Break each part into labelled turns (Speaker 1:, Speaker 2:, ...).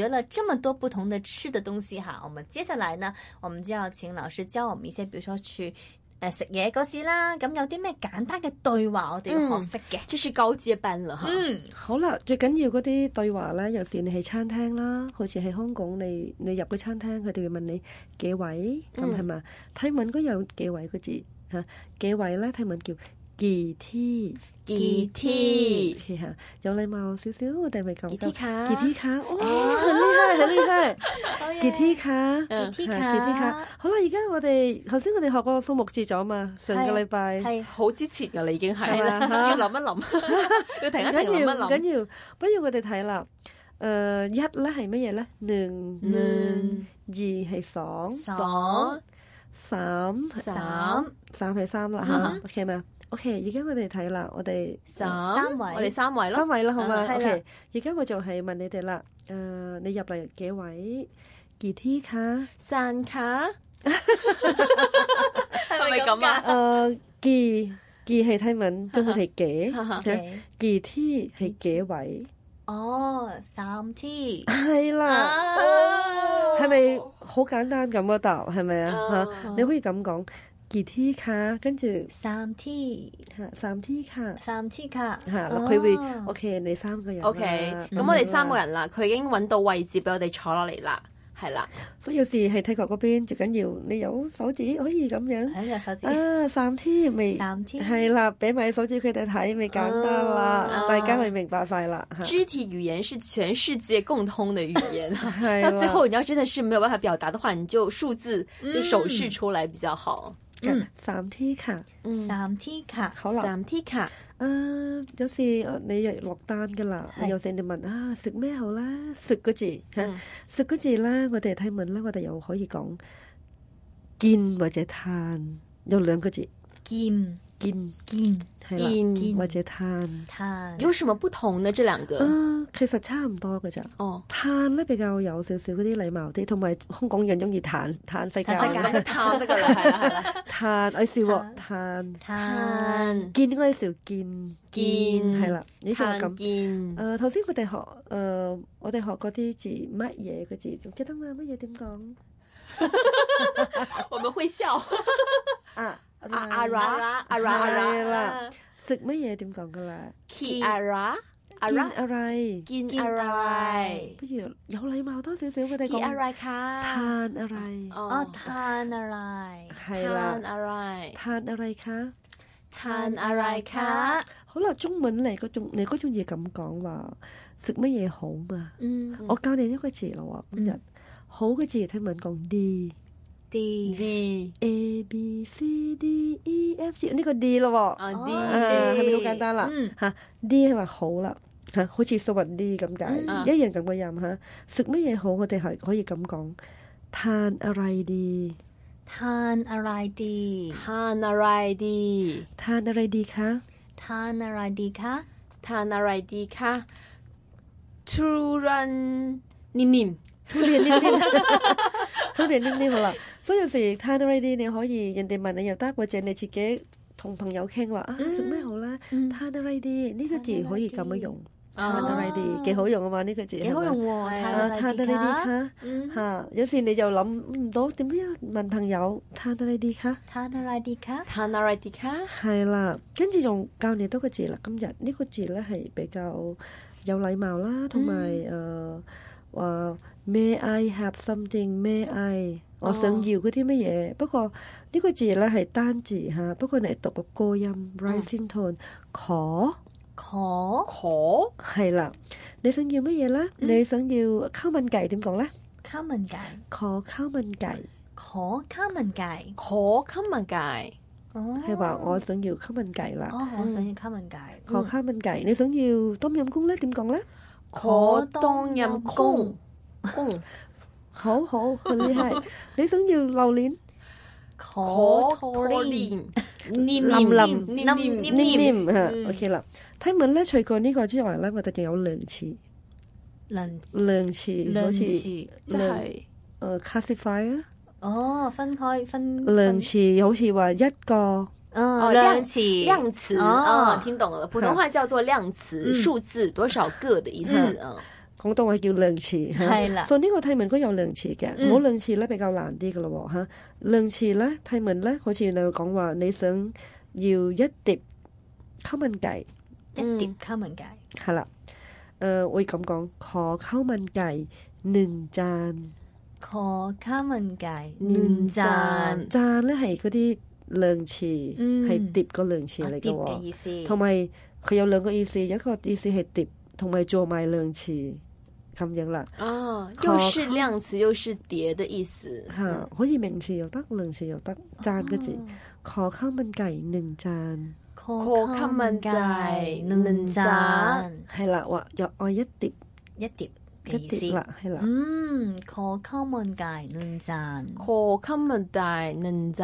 Speaker 1: 学了这么多不同的吃的东西哈，我们接下來呢，我們就要請老師教我們一些，比如說去。誒食嘢嗰時啦，咁有啲咩簡單嘅對話我哋要學識嘅？
Speaker 2: 即是高階班啦，嚇、
Speaker 1: 嗯，
Speaker 3: 好啦，最緊要嗰啲對話咧，尤其你喺餐廳啦，好似喺香港你你入個餐廳，佢哋會問你幾位
Speaker 2: 嗯
Speaker 3: 咁係嘛？泰文嗰有幾位個字嚇，幾位咧泰文叫幾 T
Speaker 2: 幾 T
Speaker 3: 嚇，有禮貌少少，我哋咪咁
Speaker 2: 幾 T 卡，哦
Speaker 3: 幾 T 卡，哇，很厲害，很厲 害。
Speaker 1: 嗯
Speaker 3: 杰梯卡，
Speaker 2: 嗯
Speaker 3: 吉
Speaker 1: 吉
Speaker 3: 梯
Speaker 1: 梯卡
Speaker 3: 卡，好啦，而家我哋頭先我哋學過數目字咗嘛？上個禮拜
Speaker 1: 係
Speaker 2: 好之前噶啦，已經係
Speaker 3: 係
Speaker 2: 啦，
Speaker 3: 啦
Speaker 2: 要諗一諗， 要停一
Speaker 3: 唔緊
Speaker 2: 停諗
Speaker 3: 要，唔
Speaker 2: 一諗。
Speaker 3: 緊要，不如我哋睇啦。誒、一咧係乜嘢咧？兩，
Speaker 2: 嗯
Speaker 3: 二係爽，
Speaker 1: 爽
Speaker 3: 三
Speaker 1: 三
Speaker 3: 三係三啦嚇，OK 嘛？OK，而家我哋睇啦，我哋
Speaker 2: 三
Speaker 1: 三位
Speaker 2: 我哋三位
Speaker 3: 三
Speaker 2: 咯，
Speaker 3: 位啦，好嘛
Speaker 1: 係
Speaker 2: 啊
Speaker 1: 啦
Speaker 3: ？OK，而家我就係問你哋啦，誒、你入嚟幾位？杰梯卡，誒、
Speaker 2: 散卡係
Speaker 1: 係
Speaker 2: 咪咁啊？
Speaker 3: 呃，杰杰係泰文，中文係幾？
Speaker 2: 哈哈
Speaker 1: ？OK，
Speaker 3: 幾 T 係幾 位？
Speaker 1: 哦，三 T
Speaker 3: 係啦，
Speaker 1: 啊，
Speaker 3: 哦係咪好簡單咁個答？係咪啊？
Speaker 2: 啊
Speaker 3: 嚇，你可以咁講幾 T 卡，跟住
Speaker 1: 三 T，
Speaker 3: 嚇三 T 卡
Speaker 1: 三 T 卡
Speaker 3: 嚇，嗱佢會
Speaker 1: 哦
Speaker 3: OK，你三個人啦。
Speaker 2: OK，
Speaker 3: 嗯
Speaker 2: 咁我哋三個，人啦，佢已經揾到位置俾我哋坐落嚟啦，係啦，
Speaker 3: 所以有時係泰國嗰邊最緊要你有手指可以咁樣
Speaker 1: 喺呢個哎手指，
Speaker 3: 啊，三 T 咪
Speaker 1: 三 T
Speaker 3: 係啦，俾埋手指佢哋睇咪簡單啦
Speaker 2: 啊，
Speaker 3: 大家咪明白晒啦 嚇。
Speaker 2: 肢体语言是全世界共通的语言。
Speaker 3: 係
Speaker 2: 到
Speaker 3: 啦
Speaker 2: 最后，你要真的是没有办法表达的话，你就数字就手势出来比较好。
Speaker 1: 嗯
Speaker 3: 三 T 卡，
Speaker 2: 嗯，
Speaker 1: 三 T 卡，
Speaker 3: 好啦。
Speaker 2: 三 T 卡，
Speaker 3: 啊，有時啊你又落單㗎啦，
Speaker 1: 係
Speaker 3: 有時你問啊食咩好啦，食嗰字嚇，
Speaker 2: 嗯
Speaker 3: 食嗰字咧，我哋睇文咧，我哋又可以講見或者嘆，有兩個字
Speaker 1: 劍
Speaker 3: 見
Speaker 1: 劍
Speaker 3: 係啦，
Speaker 2: in
Speaker 3: 或者嘆
Speaker 1: 嘆，
Speaker 2: 有什么不同呢？这两个
Speaker 3: 啊，其實差唔多㗎咋。
Speaker 2: 哦，
Speaker 3: 嘆咧比較有少少嗰啲禮貌啲，同埋香港人中意嘆嘆世界，
Speaker 1: 嘆世界
Speaker 2: 咁就叹得噶啦，係啦係 啦，
Speaker 3: 嘆我笑喎，嘆
Speaker 1: 嘆
Speaker 2: 叹
Speaker 3: 見嗰陣時見
Speaker 2: 見
Speaker 3: 係啦，你就咁
Speaker 2: 叹。见
Speaker 3: 誒頭先佢哋學誒、呃我哋學嗰啲字乜嘢嘅字，仲記得嘛？乜嘢點講
Speaker 2: 我們會笑
Speaker 3: 啊？
Speaker 2: 啊阿拉阿拉阿
Speaker 3: 係
Speaker 2: 拉
Speaker 3: 啦，食乜嘢點講噶啦？
Speaker 2: ，ki 阿拉阿
Speaker 3: 見
Speaker 2: 拉
Speaker 3: 阿ไร，
Speaker 2: 见
Speaker 1: 見
Speaker 2: 阿拉
Speaker 3: 不如有禮貌多少少，佢哋
Speaker 2: ki 阿
Speaker 3: 講
Speaker 2: 拉卡
Speaker 3: 嘆阿ไร，
Speaker 1: 哦
Speaker 2: 哦，
Speaker 1: 嘆啊嚟，
Speaker 2: 叹
Speaker 3: 係啦，
Speaker 2: 阿拉
Speaker 3: 嘆阿ไร卡。
Speaker 2: 叹阿拉卡，
Speaker 3: 好啦，中文嚟嗰種，你嗰種嘢咁講話，食乜嘢好嘛？
Speaker 1: 嗯
Speaker 3: 我教你一個字咯喎，今日好嘅字，聽聞講 D。
Speaker 1: ，D
Speaker 2: d
Speaker 3: A B C D E F G 呢個 D 咯喎。
Speaker 2: 啊
Speaker 1: 哦
Speaker 2: d
Speaker 3: 啊，係咪好簡單啦？
Speaker 1: 嗯
Speaker 3: 嚇，D 係話好啦，嚇，好似數雲 D 咁
Speaker 1: 嗯
Speaker 3: 解，一樣咁嘅音嚇。食乜嘢好，我哋係可以咁講，嘆อะไรดี，
Speaker 1: 嘆啊嚟啲，
Speaker 2: 叹阿拉 d
Speaker 3: 嘆อะไรดีคะ
Speaker 1: 嘆啊嚟啲卡。
Speaker 2: 叹阿拉 d 卡突然念念
Speaker 3: ทุเรียนนิ่ม ๆ ทุเรียนนิ่มๆ好啦。所以有時嘆อะไรดี，你可以人哋問你又得，或者你自己同朋友傾話啊，
Speaker 1: 嗯
Speaker 3: 食咩好咧？
Speaker 1: 嗯
Speaker 3: 嘆อะไรดี呢個字可以咁樣用，嘆
Speaker 1: 啊
Speaker 3: อะไรดี幾好用啊嘛？呢個字
Speaker 1: 幾好用喎，
Speaker 2: 係
Speaker 3: 係咪啊
Speaker 1: 嘆啊
Speaker 3: 嘆อะไร
Speaker 1: 嚟
Speaker 3: ดี
Speaker 1: 啲卡，
Speaker 3: คะ。
Speaker 1: 嗯，
Speaker 3: 嚇、有時你就諗唔到點樣問朋友嘆到你啲卡，
Speaker 1: 嘆啊嚟啲卡，
Speaker 2: 叹阿拉 d 卡
Speaker 3: 係啦，跟住仲教你多個字啦。今日呢個字咧係比較有禮貌啦，同埋誒話 May I have something? May I？我想要嗰啲乜嘢？不過呢個字咧係單字嚇，不過你係讀個高音 rising tone，可
Speaker 1: 可
Speaker 2: 可
Speaker 3: 係啦。你想要乜嘢咧？你想要卡文計點講咧？
Speaker 1: 卡文界，
Speaker 3: 可卡文計
Speaker 1: 可卡文界，
Speaker 2: 可今日界
Speaker 1: 哦，
Speaker 3: 係話我想要卡文計啦。
Speaker 1: 哦，我想要卡文界，
Speaker 3: ขอข้าวมันไก่你想要ต้มยำกุ้ง咧點講咧
Speaker 2: 可當任公公
Speaker 3: 好好คน厲害你想要榴蓮
Speaker 1: 可
Speaker 2: 可
Speaker 1: 托
Speaker 2: 可
Speaker 1: 連，
Speaker 2: 念念
Speaker 3: 冧冧
Speaker 2: 念念念
Speaker 3: นิ่ม
Speaker 2: 念
Speaker 1: Mm.
Speaker 3: ๆ嚇
Speaker 2: Mm.
Speaker 3: OK 啦睇文咧除過呢個之外咧我哋仲有兩次
Speaker 1: 能
Speaker 3: 兩次好
Speaker 1: 兩
Speaker 3: 似
Speaker 1: 次，
Speaker 2: 即係
Speaker 3: 誒 classify 啊
Speaker 1: 哦，分開分
Speaker 3: 兩
Speaker 1: 次，
Speaker 3: 次好似話一個
Speaker 1: 嗯，
Speaker 2: 哦
Speaker 1: 兩次，
Speaker 2: 量詞
Speaker 1: 哦
Speaker 2: Ah, 啊，听懂了，普通话叫做量词，
Speaker 1: 嗯
Speaker 2: 数字多少个的意思
Speaker 1: 嗯
Speaker 2: 啊。
Speaker 3: 廣東話叫量詞嚇。
Speaker 1: 係啦，
Speaker 3: 所以呢個泰文歌有量詞嘅，
Speaker 1: 嗯
Speaker 3: 冇量詞咧比較難啲嘅咯喎嚇。量詞咧泰文咧，好似你講話你想要一碟ข้าวมันไก่
Speaker 1: 一碟ข้าวมันไก่
Speaker 3: 係啦，誒、呃、會咁講，ขอข้าวมันไก่หนึ่งจาน
Speaker 1: คอข้าวมันไก่หนึ่งจาน
Speaker 3: จาน咧係嗰啲量詞，
Speaker 1: 嗯
Speaker 3: 係碟個量詞
Speaker 1: อ๋อ
Speaker 3: 嚟嘅
Speaker 1: 碟嘅
Speaker 3: 喎，
Speaker 1: 意思
Speaker 3: 同埋佢有兩個意思，有一個意思係碟，同埋做埋量詞咁樣啦。
Speaker 1: Ah.
Speaker 2: 哦，
Speaker 3: 可
Speaker 2: 又是量词又是碟的意思。
Speaker 3: 嚇、
Speaker 1: 嗯
Speaker 3: 可以名詞又得，量詞又得，จาน嘅字
Speaker 1: อ๋อ
Speaker 3: ขอข้าวมันไก่หนึ่งจาน
Speaker 1: คอข้าวมันไก่หนึ่งจาน
Speaker 3: 係啦，話又愛一碟
Speaker 1: 一碟嘅
Speaker 3: 一
Speaker 1: 意
Speaker 3: 碟
Speaker 1: 思
Speaker 3: 啦，係啦。
Speaker 1: อืมคอข้าวมันไก่หนึ่งจาน
Speaker 2: 可卡文大能咋？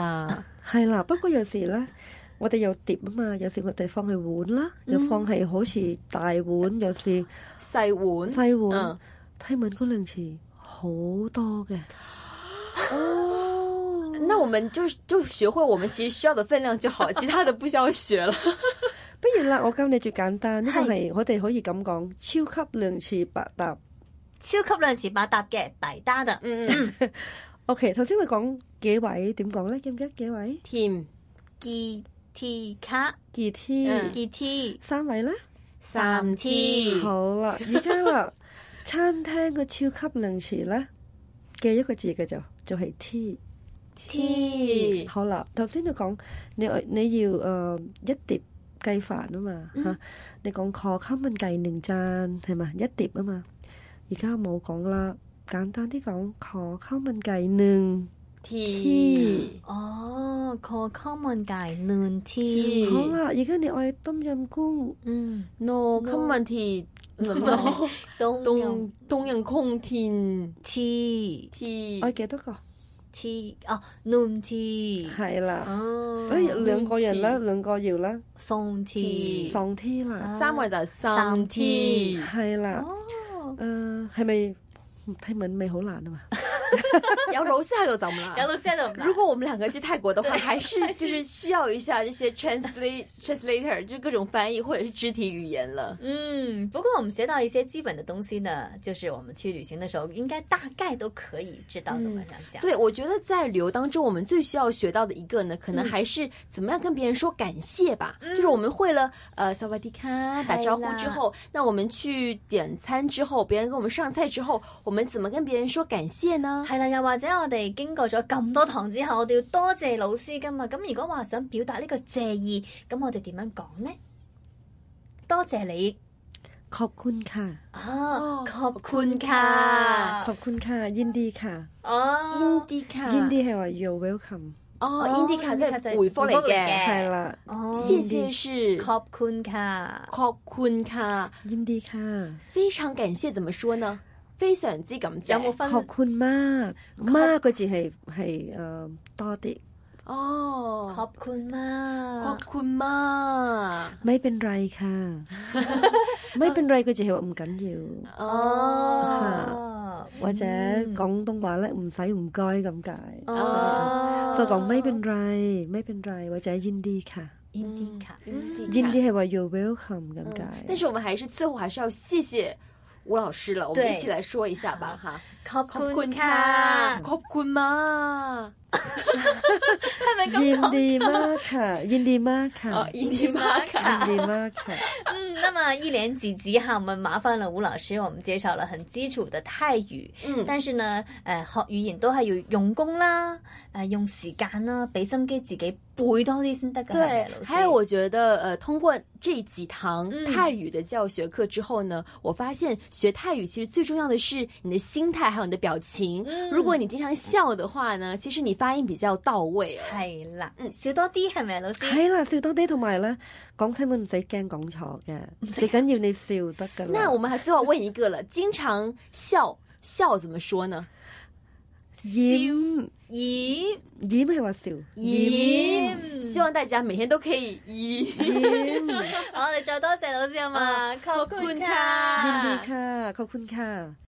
Speaker 3: 係啦，不過有時咧，我哋有碟啊嘛，有時我哋放係碗啦，
Speaker 2: 嗯
Speaker 3: 又放係好似大碗，有時
Speaker 2: 細碗，
Speaker 3: 細碗
Speaker 2: 嗯。，
Speaker 3: 泰文嗰兩詞好多嘅，
Speaker 2: 那我们就就学会我们其实需要的分量就 好，其他的不需要学了。
Speaker 3: 不如啦，我教你最簡單，呢個
Speaker 1: 係
Speaker 3: 係我哋可以咁講，超級量詞百搭。
Speaker 1: 超級量詞百搭嘅百搭的
Speaker 2: 嗯
Speaker 3: OK，頭先我講幾位點講咧？記唔記得幾位？
Speaker 2: ，team
Speaker 1: กีที卡
Speaker 3: 幾天
Speaker 2: 嗯
Speaker 1: กีที
Speaker 3: 三位咧？
Speaker 2: 三 T
Speaker 3: 好啦，而家啦，餐廳個超級量詞咧嘅一個字嘅就就係 T。
Speaker 2: T
Speaker 3: 好啦，頭先你講你你要誒、呃一碟雞飯啊嘛嚇、你講可卡文計寧贊係嘛一碟啊嘛，而家冇講啦，簡單啲講可卡文計寧
Speaker 2: T
Speaker 1: อ๋อคอข้าวมันไก่หนึ่งที
Speaker 2: ที่
Speaker 3: 好啦，而家你愛ต้มยำกุ้ง
Speaker 1: อืม
Speaker 2: no 卡文 T
Speaker 1: ตรงตรง
Speaker 2: 东东阳空 T
Speaker 1: ที
Speaker 3: 愛
Speaker 2: T
Speaker 3: 幾多個？
Speaker 1: ทีอ๋อหนึ่งที
Speaker 3: 係
Speaker 1: อ๋
Speaker 3: 啦，
Speaker 1: อ
Speaker 2: 啊哎
Speaker 3: 誒、兩個人啦，
Speaker 2: 嗯
Speaker 3: 兩個要啦，
Speaker 1: ทรงที嗯
Speaker 2: T
Speaker 3: 放 T 啦，
Speaker 2: 三個就係三 T
Speaker 3: 係啦，
Speaker 2: 哦
Speaker 3: 誒係咪睇文咪好難啊嘛？
Speaker 2: 有老師喺度就唔啦
Speaker 1: 有。老師喺度唔
Speaker 2: 如果我们两个去泰国的话，还是就是需要一下这些 translate translator，就是各种翻译或者是肢体语言了。
Speaker 1: 嗯，不过我们学到一些基本的东西呢，就是我们去旅行的时候，应该大概都可以知道怎么样讲。
Speaker 2: 对，我觉得在旅游当中，我们最需要学到的一个呢，可能还是怎么样跟别人说感谢吧。就是我们会了呃萨瓦迪卡打招呼之后，那我们去点餐之后，别人给我们上菜之后，我们怎么跟别人说感谢呢？
Speaker 1: 系啦，又或者我哋經過咗咁多堂之後，我哋要多謝老師噶嘛。咁如果話想表達呢個謝意，咁我哋點樣講呢？多謝你
Speaker 3: ขอบคุณค่ะ
Speaker 1: 啊
Speaker 2: 哦，
Speaker 1: ขอบคุณค่ะ
Speaker 3: ขอบคุณค่ะ ยินดีค่ะ
Speaker 1: 哦
Speaker 2: Indica，
Speaker 3: ยินดี係話 you welcome
Speaker 2: 哦
Speaker 1: 哦
Speaker 2: ，Indica
Speaker 1: ，Indica
Speaker 2: 即
Speaker 1: 就
Speaker 2: 係
Speaker 1: 係
Speaker 2: 回覆嚟
Speaker 1: 回覆嚟嘅
Speaker 2: 嘅，
Speaker 3: 係啦，
Speaker 1: 哦，
Speaker 2: 謝謝是
Speaker 1: ขอบคุณค่ะ
Speaker 2: ขอบคุณค่ะ，
Speaker 3: ยินดีค่ะ
Speaker 2: 非常感謝怎麼說呢？非常之感謝
Speaker 1: 有冇分
Speaker 3: ขอบคุณมากมาก個字係係誒多啲
Speaker 2: 哦，
Speaker 1: ขอบคุณมาก
Speaker 2: ขอบคุณมาก
Speaker 3: ไม่เป็นไรค่ะ ไม่เป็นไร個字係話唔緊要
Speaker 2: อ๋อ
Speaker 1: 哦，
Speaker 3: 或者廣東話咧唔使唔該咁解
Speaker 2: 呃
Speaker 1: 哦
Speaker 3: 所以講ไม่เป็นไรไม่เป็นไร或者ยินดีค่ะ
Speaker 1: อินดีค่ะ
Speaker 3: ยินดี係話 you welcome 咁解
Speaker 2: 嗯但是我们还是最后还是要谢謝吴老師了，我
Speaker 1: 对
Speaker 2: 们一起来說一下吧哈。
Speaker 1: ขอบ
Speaker 2: ขอบ
Speaker 1: คุ
Speaker 2: คุณ ณ
Speaker 1: ค่ะ
Speaker 2: ค่ะขอบคุณมาก
Speaker 1: 係咪
Speaker 3: ยิ
Speaker 1: 咁
Speaker 3: น
Speaker 1: 講
Speaker 3: ดีมากค่ะ ยินดีมากค่ะ
Speaker 2: 哦，印尼玛
Speaker 3: 嗯 ยิน
Speaker 2: 卡
Speaker 3: ดีมากค่ะ
Speaker 1: 嗯，那么一连几集哈，我们麻烦了吴老师，我们介绍了很基础的泰语，
Speaker 2: 嗯
Speaker 1: 但是呢，诶、學語言都係要用功啦，诶、用時間啦，俾心機自己背多啲先得㗎。係咪
Speaker 2: 对
Speaker 1: 啊老，師
Speaker 2: 还有我觉得，呃，通过这几堂
Speaker 1: 嗯
Speaker 2: 泰语的教学课之后呢，我发现学泰语其实最重要的是你的心态还有你的表情。
Speaker 1: 嗯
Speaker 2: 如果你经常笑的话呢，其实你发音比较到位哦。
Speaker 1: 係啦，
Speaker 2: 嗯
Speaker 1: 少多啲係咪啊，老師？
Speaker 3: 係啦，笑多啲，同埋咧講睇文唔使驚講錯嘅，最緊要你笑得噶啦。
Speaker 2: 那我们还最后问一个了，经常笑笑怎么说呢？
Speaker 3: ยิ้ม
Speaker 1: 咦，
Speaker 3: ยิ้ม係話笑，
Speaker 1: ยิ้ม
Speaker 2: 希望大家每天都可以ยิ้。
Speaker 3: ยิ้ม
Speaker 1: 我哋再多謝老師啊嘛，
Speaker 2: 啊
Speaker 1: ขอบ
Speaker 2: ขอบคุ
Speaker 1: คุณ
Speaker 2: ณ
Speaker 1: ค่ะ
Speaker 2: ค่ะ
Speaker 3: ยินดีค่ะ ขอบคุณค่ะ